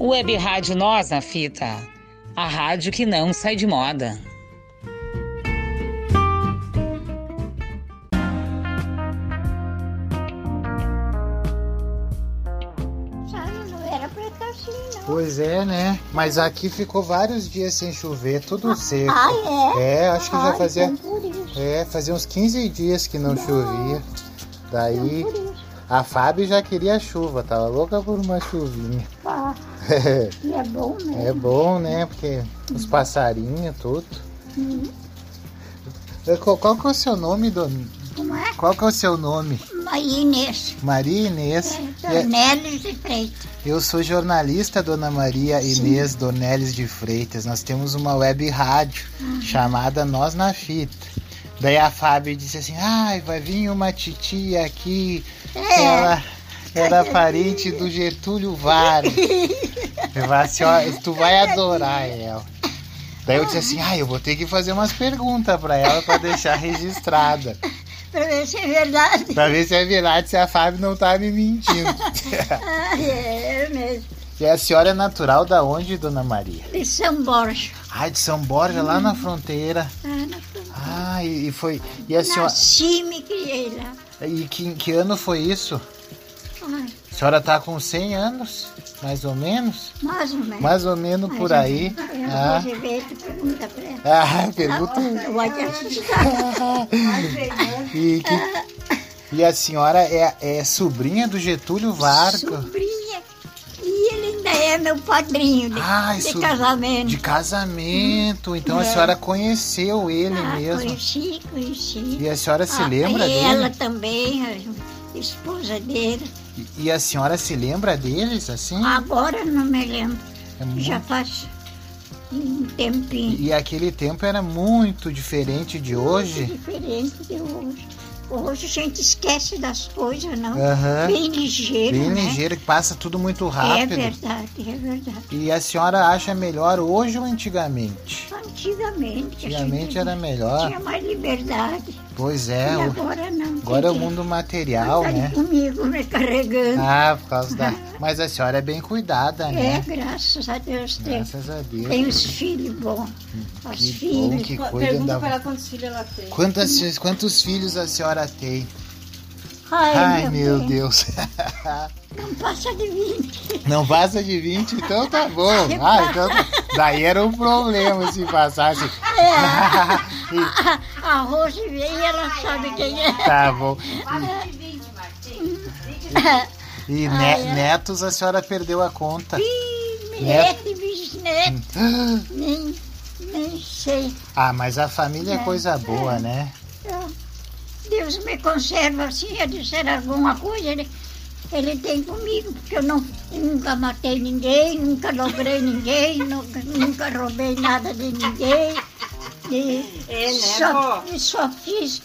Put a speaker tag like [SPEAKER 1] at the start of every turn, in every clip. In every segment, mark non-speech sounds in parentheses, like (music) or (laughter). [SPEAKER 1] Web Rádio Nós na Fita, a rádio que não sai de moda.
[SPEAKER 2] Sabe, não era pra estar assim, não.
[SPEAKER 3] Pois é, né? Mas aqui ficou vários dias sem chover, tudo seco.
[SPEAKER 2] (laughs) Ah, é?
[SPEAKER 3] É, acho que já
[SPEAKER 2] Ai,
[SPEAKER 3] fazia.
[SPEAKER 2] então por isso.
[SPEAKER 3] É, fazia uns 15 dias que não chovia. Daí
[SPEAKER 2] Então por isso.
[SPEAKER 3] a Fábio já queria chuva, tava louca por uma chuvinha. (laughs)
[SPEAKER 2] Ah, e é bom
[SPEAKER 3] É
[SPEAKER 2] mesmo.
[SPEAKER 3] bom, né? Porque os passarinhos, tudo.
[SPEAKER 2] Hum,
[SPEAKER 3] Eh, Qual, qual que é o seu nome, dona?
[SPEAKER 2] Como é?
[SPEAKER 3] Qual que é o seu nome?
[SPEAKER 2] Aí, Inês.
[SPEAKER 3] Maria Inês. É,
[SPEAKER 2] Dornelis de Freitas.
[SPEAKER 3] Eu sou jornalista Dona Maria Inês Dornelles de Freitas. Nós temos uma web rádio chamada Nós na Fita. Daí a Fábio disse assim: ai, vai vir uma titia aqui.
[SPEAKER 2] É.
[SPEAKER 3] Ela era parente do Getúlio Vargas. Eu falei assim, ó, tu vai adorar ela. Daí eu disse assim: ai, eu vou ter que fazer umas perguntas pra ela pra deixar registrada.
[SPEAKER 2] Pra ver se é verdade.
[SPEAKER 3] Pra ver se é verdade, se a Fábio não tá me mentindo. Tá.
[SPEAKER 2] (laughs) Ah, é, é mesmo.
[SPEAKER 3] E a senhora é natural da onde, Dona Maria?
[SPEAKER 2] De São Borja.
[SPEAKER 3] Ah, de São Borja, lá na fronteira.
[SPEAKER 2] Hum. Ah, na fronteira.
[SPEAKER 3] Ah, e, e foi. E a senhora.
[SPEAKER 2] Nasci e me criei lá.
[SPEAKER 3] E que, que ano foi isso?
[SPEAKER 2] Ai,
[SPEAKER 3] A senhora tá com 100 anos, mais ou menos?
[SPEAKER 2] mais ou menos.
[SPEAKER 3] Mais ou menos por aí.
[SPEAKER 2] Eu
[SPEAKER 3] Ah,
[SPEAKER 2] vou É, ver, tu pergunta pra ela.
[SPEAKER 3] ah pergunta.
[SPEAKER 2] então Vai te assustar. né?
[SPEAKER 3] E, que- e a senhora é, é sobrinha do Getúlio Vargas.
[SPEAKER 2] Sobrinha. E ele ainda é meu padrinho de,
[SPEAKER 3] Ai,
[SPEAKER 2] de
[SPEAKER 3] so-
[SPEAKER 2] casamento.
[SPEAKER 3] Ah, é De casamento. Então a senhora conheceu ele
[SPEAKER 2] Hum. É.
[SPEAKER 3] é
[SPEAKER 2] Ah,
[SPEAKER 3] mesmo.
[SPEAKER 2] Conheci, conheci.
[SPEAKER 3] E a senhora se
[SPEAKER 2] Ah,
[SPEAKER 3] lembra
[SPEAKER 2] e Ela
[SPEAKER 3] dele?
[SPEAKER 2] também, a esposa dele.
[SPEAKER 3] E- E a senhora se lembra deles assim?
[SPEAKER 2] Agora não me lembro.
[SPEAKER 3] É muito-
[SPEAKER 2] Já faz um tempinho.
[SPEAKER 3] E aquele tempo era muito diferente de hoje.
[SPEAKER 2] É Diferente de hoje. Hoje a gente esquece das coisas, não.
[SPEAKER 3] Aham.
[SPEAKER 2] Bem ligeiro,
[SPEAKER 3] É. Bem
[SPEAKER 2] né?
[SPEAKER 3] ligeiro, que passa tudo muito
[SPEAKER 2] É
[SPEAKER 3] rápido.
[SPEAKER 2] verdade, é verdade.
[SPEAKER 3] E a senhora acha melhor hoje ou antigamente?
[SPEAKER 2] Antigamente, a
[SPEAKER 3] Antigamente
[SPEAKER 2] gente
[SPEAKER 3] era melhor.
[SPEAKER 2] tinha mais liberdade.
[SPEAKER 3] Pois
[SPEAKER 2] E
[SPEAKER 3] é, o-
[SPEAKER 2] agora não.
[SPEAKER 3] agora é o
[SPEAKER 2] Tem que-
[SPEAKER 3] mundo material,
[SPEAKER 2] tá
[SPEAKER 3] né?
[SPEAKER 2] comigo me carregando.
[SPEAKER 3] Ah, por causa da. Mas a senhora é bem cuidada,
[SPEAKER 2] É,
[SPEAKER 3] né?
[SPEAKER 2] graças a Deus tem.
[SPEAKER 3] Graças a
[SPEAKER 2] Tem
[SPEAKER 3] Deus. Hum,
[SPEAKER 2] os né? filhos bons. As
[SPEAKER 3] Que bom
[SPEAKER 2] filhas.
[SPEAKER 3] que cuida
[SPEAKER 4] Pergunta
[SPEAKER 3] da.
[SPEAKER 4] pra ela quantos filhos ela tem.
[SPEAKER 3] Quantas, fi- quantos filhos a senhora tem?
[SPEAKER 2] Ai,
[SPEAKER 3] Ai, meu
[SPEAKER 2] bem,
[SPEAKER 3] Deus.
[SPEAKER 2] Não passa de
[SPEAKER 3] (laughs)
[SPEAKER 2] 20.
[SPEAKER 3] Não passa de 20, então tá bom. Ah, então tá- Daí era um problema se passasse. E-
[SPEAKER 2] A Rose veio e ela sabe quem é.
[SPEAKER 3] tá bom.
[SPEAKER 2] Ah,
[SPEAKER 3] E ne- netos a senhora perdeu a conta. É.
[SPEAKER 2] Neto e
[SPEAKER 3] Hum.
[SPEAKER 2] bisneto. né? Nem, nem sei.
[SPEAKER 3] Ah, mas a família é coisa boa, né?
[SPEAKER 2] Eu- Deus me conserva assim. Eu disser alguma coisa, ele, ele tem comigo. Porque eu não, nunca matei ninguém, nunca logrei ninguém, (laughs) nunca, nunca roubei nada de ninguém. E-
[SPEAKER 4] É,
[SPEAKER 2] só, e só fiz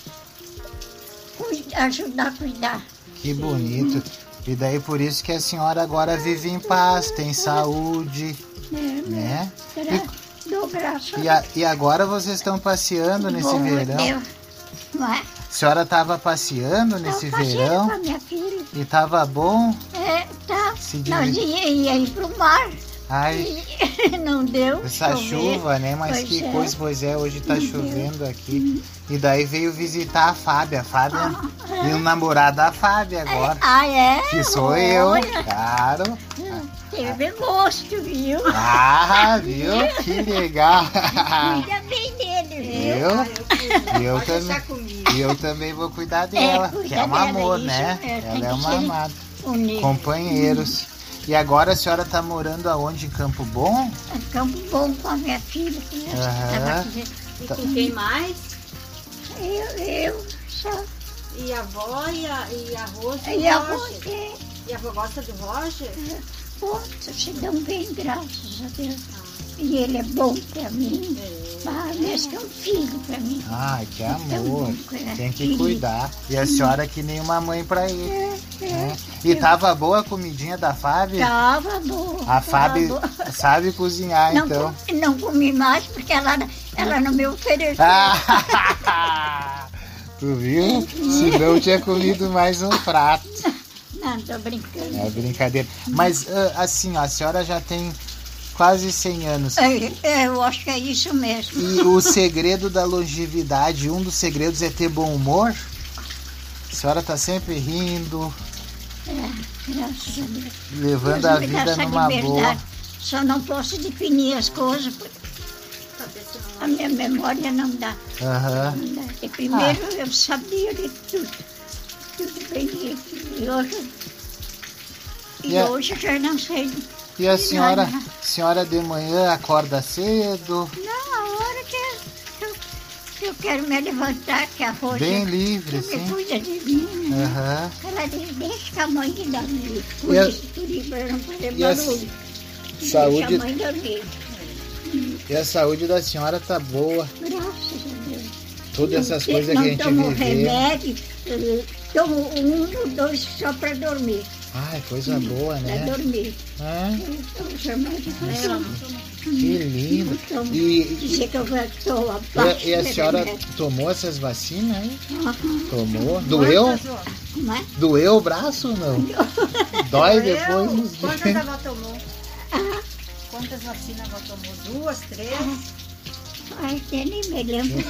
[SPEAKER 2] cui- ajudar a cuidar.
[SPEAKER 3] Que bonito. E daí por isso que a senhora agora vive em paz, tem saúde,
[SPEAKER 2] Né?
[SPEAKER 3] né?
[SPEAKER 2] Gra- Dou graça.
[SPEAKER 3] E, a- e agora vocês estão passeando nesse
[SPEAKER 2] Bom,
[SPEAKER 3] verão.
[SPEAKER 2] Deus. Não é?
[SPEAKER 3] A senhora estava passeando nesse
[SPEAKER 2] Eu passei com
[SPEAKER 3] verão
[SPEAKER 2] a minha filha.
[SPEAKER 3] e tava bom.
[SPEAKER 2] É, tá.
[SPEAKER 3] Se
[SPEAKER 2] Nós
[SPEAKER 3] divide-
[SPEAKER 2] ia, ia ir pro mar
[SPEAKER 3] Ai,
[SPEAKER 2] e (laughs) não deu.
[SPEAKER 3] Essa
[SPEAKER 2] choveu.
[SPEAKER 3] chuva, né? Mas
[SPEAKER 2] Pois
[SPEAKER 3] que
[SPEAKER 2] é.
[SPEAKER 3] coisa, pois é, hoje tá chovendo aqui. E daí veio visitar a Fábia. A Fábia e o namorado da Fábia agora.
[SPEAKER 2] Ah, é?
[SPEAKER 3] Que sou eu,
[SPEAKER 2] Olha,
[SPEAKER 3] claro.
[SPEAKER 2] Teve gosto, viu?
[SPEAKER 3] Ah, viu? Que legal. Ah.
[SPEAKER 2] Cuida bem dele, viu?
[SPEAKER 3] eu, eu
[SPEAKER 4] Pode
[SPEAKER 3] também.
[SPEAKER 4] deixar comigo.
[SPEAKER 3] E eu também vou cuidar dela,
[SPEAKER 2] cuida
[SPEAKER 3] que é um
[SPEAKER 2] dela,
[SPEAKER 3] amor,
[SPEAKER 2] isso
[SPEAKER 3] né?
[SPEAKER 2] mesmo, tem
[SPEAKER 3] Ela é
[SPEAKER 2] que
[SPEAKER 3] uma
[SPEAKER 2] ser-
[SPEAKER 3] amada.
[SPEAKER 2] Unido.
[SPEAKER 3] Companheiros. E agora a senhora tá morando aonde? Em Campo Bom?
[SPEAKER 2] É Campo bom com a minha filha. que eu
[SPEAKER 3] Aham.
[SPEAKER 2] tava aqui.
[SPEAKER 3] Ah,
[SPEAKER 4] E
[SPEAKER 3] tá.
[SPEAKER 4] com quem mais?
[SPEAKER 2] Eu, eu só.
[SPEAKER 4] E a avó e a, e a Rose
[SPEAKER 2] E a
[SPEAKER 4] Roger?
[SPEAKER 2] você?
[SPEAKER 4] E a avó gosta do Roger?
[SPEAKER 3] Hum.
[SPEAKER 2] Outros se dão um bem, graças a Deus. E ele é bom pra mim. Parece que é um filho pra mim.
[SPEAKER 3] Ai, que
[SPEAKER 2] Tão
[SPEAKER 3] amor.
[SPEAKER 2] bom que é.
[SPEAKER 3] Tem que
[SPEAKER 2] Querido.
[SPEAKER 3] cuidar. E a senhora que nem uma mãe pra ele.
[SPEAKER 2] É,
[SPEAKER 3] né?
[SPEAKER 2] é.
[SPEAKER 3] E tava boa a comidinha da Fábio?
[SPEAKER 2] Tava boa.
[SPEAKER 3] A
[SPEAKER 2] tava
[SPEAKER 3] Fábio
[SPEAKER 2] boa.
[SPEAKER 3] sabe cozinhar,
[SPEAKER 2] Não,
[SPEAKER 3] então.
[SPEAKER 2] comi- não comi mais porque ela, ela não me
[SPEAKER 3] (laughs)
[SPEAKER 2] ofereceu.
[SPEAKER 3] Ah, tu viu? Se não tinha comido mais um prato.
[SPEAKER 2] Não, tô brincando.
[SPEAKER 3] É brincadeira. Mas ah, assim, ó, a senhora já tem quase 100 anos.
[SPEAKER 2] É, eu acho que é isso mesmo.
[SPEAKER 3] E
[SPEAKER 2] (laughs)
[SPEAKER 3] o segredo da longevidade, um dos segredos é ter bom humor. A senhora tá sempre rindo,
[SPEAKER 2] Graças a Deus.
[SPEAKER 3] levando
[SPEAKER 2] Deus
[SPEAKER 3] a
[SPEAKER 2] me dá
[SPEAKER 3] vida
[SPEAKER 2] essa
[SPEAKER 3] numa boa.
[SPEAKER 2] liberdade. Só não posso definir as coisas, porque
[SPEAKER 4] Cabeça
[SPEAKER 2] a minha memória não dá.
[SPEAKER 3] Aham.
[SPEAKER 2] não dá. E primeiro
[SPEAKER 3] Ah.
[SPEAKER 2] eu sabia de tudo. Tudo bem. E, e hoje. E
[SPEAKER 3] E a-
[SPEAKER 2] hoje eu já não sei.
[SPEAKER 3] E a senhora, senhora de manhã acorda cedo,
[SPEAKER 2] Não, a hora que eu, que eu- que eu quero me levantar, que a Rosa
[SPEAKER 3] bem
[SPEAKER 2] que
[SPEAKER 3] livre,
[SPEAKER 2] me
[SPEAKER 3] assim.
[SPEAKER 2] cuida de mim. né?
[SPEAKER 3] Aham.
[SPEAKER 2] Ela diz, deixa que a mãe que dormir.
[SPEAKER 3] E a-
[SPEAKER 2] Cuida de tudo para não fazer
[SPEAKER 3] e a
[SPEAKER 2] barulho.
[SPEAKER 3] saúde-
[SPEAKER 2] Deixa a mãe dormir.
[SPEAKER 3] E a saúde da senhora tá boa.
[SPEAKER 2] Graças a Deus.
[SPEAKER 3] Todas essas
[SPEAKER 2] Não
[SPEAKER 3] coisas que a gente
[SPEAKER 2] tomo
[SPEAKER 3] viveu.
[SPEAKER 2] remédio, eh, tomo um ou dois só para dormir,
[SPEAKER 3] Ai, coisa boa,
[SPEAKER 2] para
[SPEAKER 3] né?
[SPEAKER 2] dormir.
[SPEAKER 3] Ah,
[SPEAKER 2] Eu tomo remédio para ela.
[SPEAKER 3] que lindo.
[SPEAKER 2] Tomo.
[SPEAKER 3] E,
[SPEAKER 2] Dizer que eu estou abaixo
[SPEAKER 3] e, e a
[SPEAKER 2] de
[SPEAKER 3] senhora
[SPEAKER 2] remédio.
[SPEAKER 3] tomou essas vacinas aí?
[SPEAKER 2] Ah,
[SPEAKER 3] Tomou? Doeu?
[SPEAKER 2] Como é?
[SPEAKER 3] Doeu o braço
[SPEAKER 2] (laughs)
[SPEAKER 3] ou não? Dói depois nos
[SPEAKER 4] Quantas a
[SPEAKER 3] dias.
[SPEAKER 4] avó
[SPEAKER 3] (laughs)
[SPEAKER 4] tomou? Quantas vacinas a avó tomou? Duas, três?
[SPEAKER 2] Ai, que nem me lembro.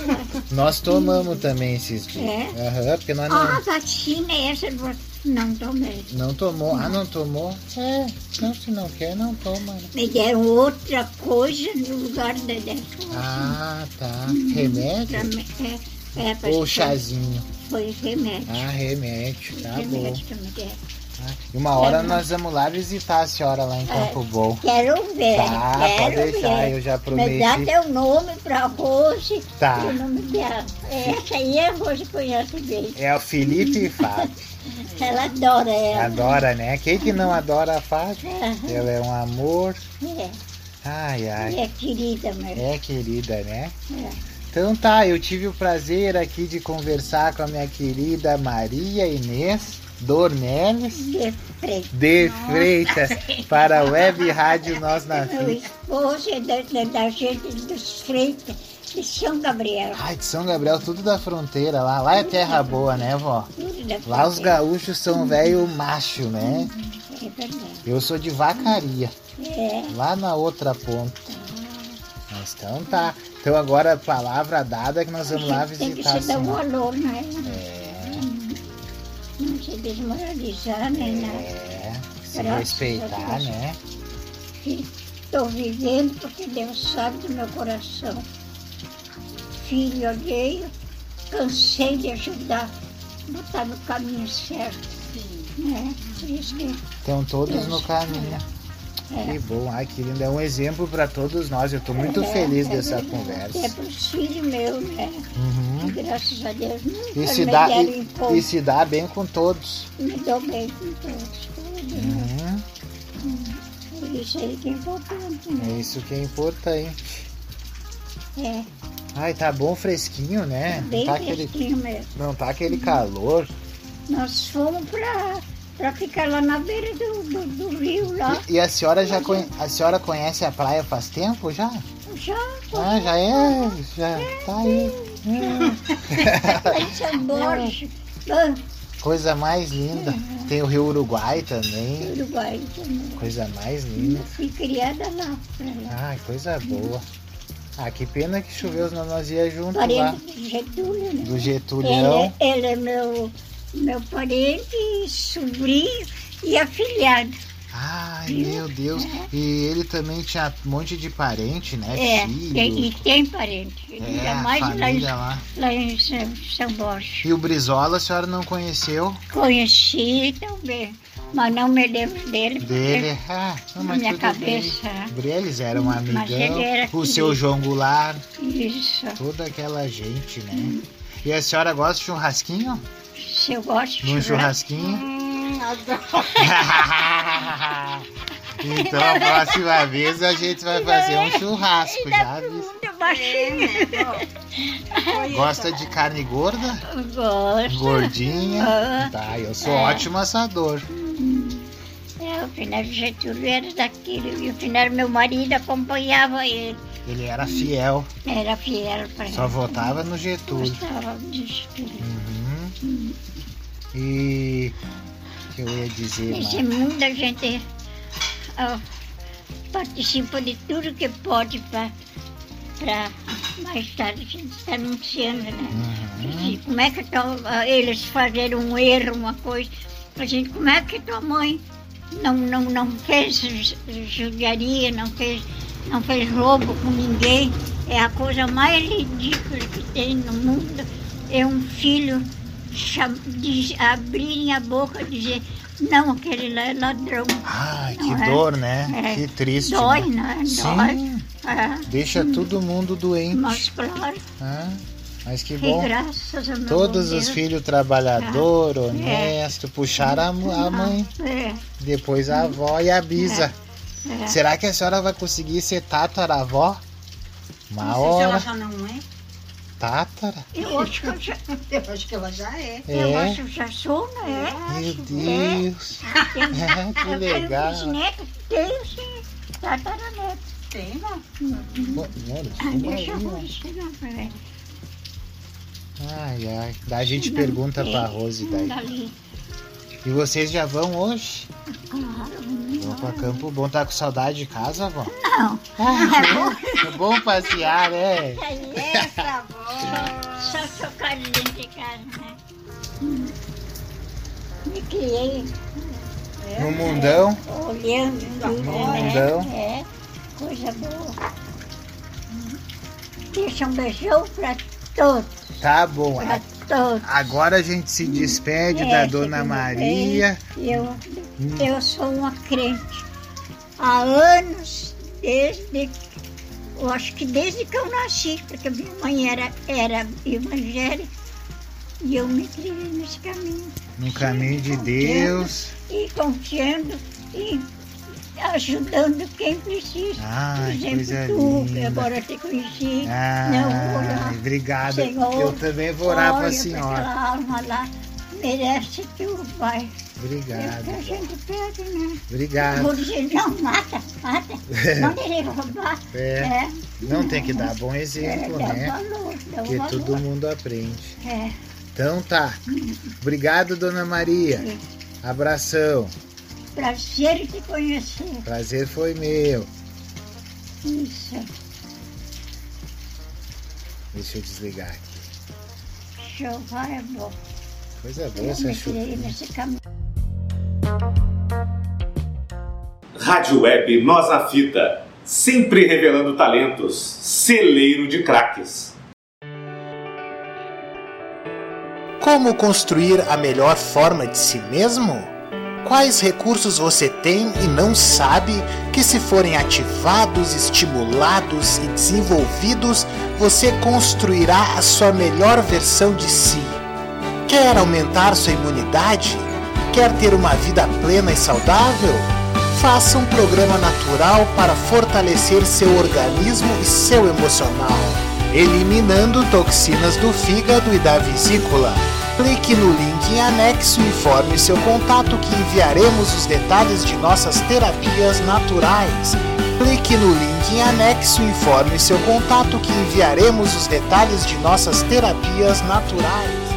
[SPEAKER 3] Nós tomamos também esses dias.
[SPEAKER 2] É?
[SPEAKER 3] Aham, porque nós
[SPEAKER 2] Ah, a
[SPEAKER 3] não,
[SPEAKER 2] vacina é essa, do- não tomei.
[SPEAKER 3] não tomou. Ah, não tomou? É, não, se não quer, não toma. né?
[SPEAKER 2] Me deram é outra coisa no lugar da dessa.
[SPEAKER 3] Ah, tá.
[SPEAKER 2] Pra
[SPEAKER 3] Remédio?
[SPEAKER 2] me- É, é,
[SPEAKER 3] Ou
[SPEAKER 2] parece que
[SPEAKER 3] chazinho?
[SPEAKER 2] Foi remédio.
[SPEAKER 3] Ah, remédio, tá bom.
[SPEAKER 2] remédio que me deram.
[SPEAKER 3] Ah, E uma hora nós vamos lá visitar a senhora lá em Campo Bom.
[SPEAKER 2] Quero ver.
[SPEAKER 3] Tá,
[SPEAKER 2] É. quero
[SPEAKER 3] pode deixar,
[SPEAKER 2] ver.
[SPEAKER 3] eu já
[SPEAKER 2] Me dá
[SPEAKER 3] prometi.
[SPEAKER 2] teu nome pra Rose
[SPEAKER 3] Tá.
[SPEAKER 2] e o nome dela. Essa aí a Rose conhece bem.
[SPEAKER 3] É o Felipe e Fábio.
[SPEAKER 2] Ela adora ela.
[SPEAKER 3] Adora, né? Quem que não adora a Fábio?
[SPEAKER 2] Aham,
[SPEAKER 3] Ela é um amor.
[SPEAKER 2] É,
[SPEAKER 3] Ai, ai.
[SPEAKER 2] é querida, mas
[SPEAKER 3] É, querida, né?
[SPEAKER 2] É.
[SPEAKER 3] Então tá, eu tive o prazer aqui de conversar com a minha querida Maria Inês Dornelles
[SPEAKER 2] de frente.
[SPEAKER 3] de Freitas para a Web Rádio Nós na
[SPEAKER 2] Meu
[SPEAKER 3] Fita.
[SPEAKER 2] esposo é da, da, da gente dos Freitas, de São Gabriel.
[SPEAKER 3] Ai, de São Gabriel, tudo da fronteira lá. Lá é terra boa, né, vó?
[SPEAKER 2] Tudo da
[SPEAKER 3] Lá os
[SPEAKER 2] fronteira.
[SPEAKER 3] gaúchos são velho macho, né?
[SPEAKER 2] É verdade.
[SPEAKER 3] Eu sou de vacaria,
[SPEAKER 2] É.
[SPEAKER 3] lá na outra ponta. Mas então tá. Então agora a palavra dada é que nós vamos lá
[SPEAKER 2] Tem que
[SPEAKER 3] visitar a
[SPEAKER 2] se dar um
[SPEAKER 3] senhora.
[SPEAKER 2] valor, né?
[SPEAKER 3] É.
[SPEAKER 2] Não se desmoralizar, né, nem nada.
[SPEAKER 3] É, se
[SPEAKER 2] Graças a
[SPEAKER 3] respeitar,
[SPEAKER 2] Deus.
[SPEAKER 3] né?
[SPEAKER 2] Estou vivendo porque Deus sabe do meu coração. Filho alheio, cansei de ajudar, botar no caminho certo. Né? Por isso que
[SPEAKER 3] Estão todos no caminho.
[SPEAKER 2] É.
[SPEAKER 3] Que bom, ai que lindo. É um exemplo para todos nós. Eu estou muito
[SPEAKER 2] é,
[SPEAKER 3] feliz
[SPEAKER 2] é
[SPEAKER 3] dessa
[SPEAKER 2] verdade. É
[SPEAKER 3] conversa.
[SPEAKER 2] para os filhos meus, né?
[SPEAKER 3] Uhum.
[SPEAKER 2] Graças a Deus. Nunca
[SPEAKER 3] E se
[SPEAKER 2] me
[SPEAKER 3] dá,
[SPEAKER 2] deram
[SPEAKER 3] e-
[SPEAKER 2] encontro.
[SPEAKER 3] e, se dá bem com todos.
[SPEAKER 2] Me dou bem com todos. tudo, né?
[SPEAKER 3] Uhum.
[SPEAKER 2] Por Isso aí que é importante, né?
[SPEAKER 3] É isso que é importante.
[SPEAKER 2] É,
[SPEAKER 3] Ai, tá bom fresquinho, né? Não
[SPEAKER 2] bem
[SPEAKER 3] tá aquele,
[SPEAKER 2] fresquinho mesmo.
[SPEAKER 3] não tá aquele calor.
[SPEAKER 2] Nós fomos para pra ficar lá na beira do, do, do rio, lá.
[SPEAKER 3] E, e a senhora
[SPEAKER 2] Tá
[SPEAKER 3] já conhe- a senhora conhece a praia faz tempo já?
[SPEAKER 2] Já,
[SPEAKER 3] Ah, já é, já tá aí. Hum.
[SPEAKER 2] lá em São Borges, lá no
[SPEAKER 3] Coisa mais linda. Tem o Rio Uruguai também.
[SPEAKER 2] Uruguai também.
[SPEAKER 3] Coisa mais linda.
[SPEAKER 2] Eu fui criada lá, pra lá.
[SPEAKER 3] Ai, coisa boa. Ah, que pena que choveu, senão nós ia junto lá.
[SPEAKER 2] Parente do Getúlio, né?
[SPEAKER 3] Do Getulhão.
[SPEAKER 2] Ele, ele é meu, meu parente, sobrinho e afilhado.
[SPEAKER 3] Ai, meu Deus. E ele também tinha um monte de parente, né?
[SPEAKER 2] É,
[SPEAKER 3] Filho.
[SPEAKER 2] tem, e tem parente.
[SPEAKER 3] É,
[SPEAKER 2] Ainda
[SPEAKER 3] a
[SPEAKER 2] mais lá em,
[SPEAKER 3] família lá.
[SPEAKER 2] lá em São, São Borges.
[SPEAKER 3] E o Brizola a senhora não conheceu
[SPEAKER 2] Conheci também, mas não me lembro dele. porque
[SPEAKER 3] dele? Ah, não,
[SPEAKER 2] É. Na
[SPEAKER 3] mas
[SPEAKER 2] minha
[SPEAKER 3] tudo
[SPEAKER 2] cabeça.
[SPEAKER 3] bem. Eles eram um amigão.
[SPEAKER 2] ele era
[SPEAKER 3] o
[SPEAKER 2] querido.
[SPEAKER 3] seu João Goulart,
[SPEAKER 2] Isso.
[SPEAKER 3] toda aquela gente,
[SPEAKER 2] Hum.
[SPEAKER 3] né? E a senhora gosta de churrasquinho?
[SPEAKER 2] Se eu gosto
[SPEAKER 3] Num
[SPEAKER 2] de churrasco.
[SPEAKER 3] churrasquinho?
[SPEAKER 4] Hum, adoro.
[SPEAKER 3] (laughs) então a próxima vez a gente vai fazer um churrasco, já aviso.
[SPEAKER 2] Muito baixinho.
[SPEAKER 3] Gosta de carne gorda?
[SPEAKER 2] Eu Gosto.
[SPEAKER 3] Gordinha?
[SPEAKER 2] Ah.
[SPEAKER 3] Tá, eu sou
[SPEAKER 2] É.
[SPEAKER 3] ótimo assador.
[SPEAKER 2] É, o final do Getúlio era daquele. E o final meu marido acompanhava ele.
[SPEAKER 3] Ele era fiel,
[SPEAKER 2] Era fiel para ele.
[SPEAKER 3] só votava no Getúlio.
[SPEAKER 2] Gostava de Getúlio.
[SPEAKER 3] Uhum. E que eu ia dizer,
[SPEAKER 2] Nesse
[SPEAKER 3] Mari?
[SPEAKER 2] mundo a gente ah, participa de tudo que pode para mais tarde a gente está anunciando, né?
[SPEAKER 3] Uhum.
[SPEAKER 2] E Como é que tá, ah, eles fizeram um erro, uma coisa. A gente, como é que tua mãe não, não, não fez ju- judiaria, não fez, não fez roubo com ninguém? É a coisa mais ridícula que tem no mundo. É um filho cham- diz- abrirem a boca e dizer, não, aquele lá é ladrão.
[SPEAKER 3] Ai,
[SPEAKER 2] Não
[SPEAKER 3] que
[SPEAKER 2] é?
[SPEAKER 3] dor, né?
[SPEAKER 2] É,
[SPEAKER 3] Que triste.
[SPEAKER 2] Dói,
[SPEAKER 3] né?
[SPEAKER 2] né? Dói.
[SPEAKER 3] Sim,
[SPEAKER 2] É,
[SPEAKER 3] deixa todo mundo
[SPEAKER 2] mas
[SPEAKER 3] doente.
[SPEAKER 2] claro,
[SPEAKER 3] né? Mas que
[SPEAKER 2] que
[SPEAKER 3] bom.
[SPEAKER 2] graças a meu
[SPEAKER 3] Todos
[SPEAKER 2] bom
[SPEAKER 3] os
[SPEAKER 2] Deus.
[SPEAKER 3] filhos trabalhador, honesto, puxaram a, mu- a mãe,
[SPEAKER 2] É,
[SPEAKER 3] depois a avó e a bisa.
[SPEAKER 2] é.
[SPEAKER 3] Será que a senhora vai conseguir ser tataravó? Uma
[SPEAKER 4] Não sei se ela
[SPEAKER 3] hora,
[SPEAKER 4] já não é.
[SPEAKER 3] tátara?
[SPEAKER 2] Eu acho que eu já,
[SPEAKER 4] Eu acho que ela já é.
[SPEAKER 2] eu
[SPEAKER 3] É?
[SPEAKER 2] acho que eu já sou, né?
[SPEAKER 3] Meu
[SPEAKER 2] Acho, é. (laughs)
[SPEAKER 3] Deus. (laughs) É, que
[SPEAKER 2] Eu tenho
[SPEAKER 3] legal.
[SPEAKER 2] bisneto, tenho sim, tataraneto.
[SPEAKER 4] Tem, não.
[SPEAKER 3] Bom, olha,
[SPEAKER 2] Ah,
[SPEAKER 3] uma
[SPEAKER 2] Deixa eu
[SPEAKER 3] aí, ó.
[SPEAKER 2] ver se não, peraí.
[SPEAKER 3] Ai, ai. Daí a gente
[SPEAKER 2] Não
[SPEAKER 3] pergunta
[SPEAKER 2] tem.
[SPEAKER 3] pra Rose daí.
[SPEAKER 2] Dali.
[SPEAKER 3] E vocês já vão hoje?
[SPEAKER 2] Claro,
[SPEAKER 3] Vou pra
[SPEAKER 2] não.
[SPEAKER 3] Campo Bom. Tá com saudade de casa, vó?
[SPEAKER 2] Não.
[SPEAKER 3] Ah, que bom. É bom passear, né?
[SPEAKER 4] Essa voz.
[SPEAKER 2] Só chocar dentro de casa, né? Me criei É.
[SPEAKER 3] No mundão.
[SPEAKER 2] olhando tudo,
[SPEAKER 3] Mundão.
[SPEAKER 2] né? É, coisa boa. Deixa um beijão pra todos,
[SPEAKER 3] Tá bom.
[SPEAKER 2] pra
[SPEAKER 3] A-
[SPEAKER 2] todos.
[SPEAKER 3] Agora a gente se despede
[SPEAKER 2] É,
[SPEAKER 3] da
[SPEAKER 2] que
[SPEAKER 3] Dona
[SPEAKER 2] tudo
[SPEAKER 3] Maria.
[SPEAKER 2] bem. Eu,
[SPEAKER 3] Hum.
[SPEAKER 2] eu sou uma crente há anos, desde. Eu acho que desde que eu nasci, porque minha mãe era, era evangélica e eu me criei nesse caminho.
[SPEAKER 3] No caminho de Deus.
[SPEAKER 2] E confiando e ajudando quem precisa.
[SPEAKER 3] Ai,
[SPEAKER 2] Por
[SPEAKER 3] coisa
[SPEAKER 2] exemplo, tu, que
[SPEAKER 3] linda. É,
[SPEAKER 2] agora te conheci. não vou
[SPEAKER 3] Ai,
[SPEAKER 2] orar.
[SPEAKER 3] obrigado.
[SPEAKER 2] Senhor,
[SPEAKER 3] Eu também vou orar pra
[SPEAKER 2] Olha
[SPEAKER 3] senhora.
[SPEAKER 2] Aquela alma lá merece teu pai. É o
[SPEAKER 3] Obrigado.
[SPEAKER 2] que a gente pede, né?
[SPEAKER 3] Obrigado.
[SPEAKER 2] Vou dizer, não, mata, mata.
[SPEAKER 3] (laughs)
[SPEAKER 2] Não ele roubar.
[SPEAKER 3] É,
[SPEAKER 2] É,
[SPEAKER 3] não tem que dar bom
[SPEAKER 2] é,
[SPEAKER 3] exemplo,
[SPEAKER 2] dá
[SPEAKER 3] né?
[SPEAKER 2] valor, dá
[SPEAKER 3] Porque
[SPEAKER 2] valor.
[SPEAKER 3] todo mundo aprende.
[SPEAKER 2] É,
[SPEAKER 3] Então tá. Obrigado, Dona Maria. Abração.
[SPEAKER 2] prazer te conhecer.
[SPEAKER 3] Prazer foi meu.
[SPEAKER 2] Isso.
[SPEAKER 3] Deixa eu desligar aqui.
[SPEAKER 2] Jeová é bom.
[SPEAKER 3] Coisa boa
[SPEAKER 2] Eu
[SPEAKER 3] essa
[SPEAKER 2] me criei
[SPEAKER 3] chuva. né?
[SPEAKER 2] nesse caminho.
[SPEAKER 5] Rádio Web Nós na Fita, sempre revelando talentos, celeiro de craques.
[SPEAKER 6] Como construir a melhor forma de si mesmo? Quais recursos você tem e não sabe que, se forem ativados, estimulados e desenvolvidos, você construirá a sua melhor versão de si? Quer aumentar sua imunidade? Quer ter uma vida plena e saudável? Faça um programa natural para fortalecer seu organismo e seu emocional, eliminando toxinas do fígado e da vesícula. Clique no link em anexo e forme seu contato que enviaremos os detalhes de nossas terapias naturais. Clique no link em anexo e forme seu contato que enviaremos os detalhes de nossas terapias naturais.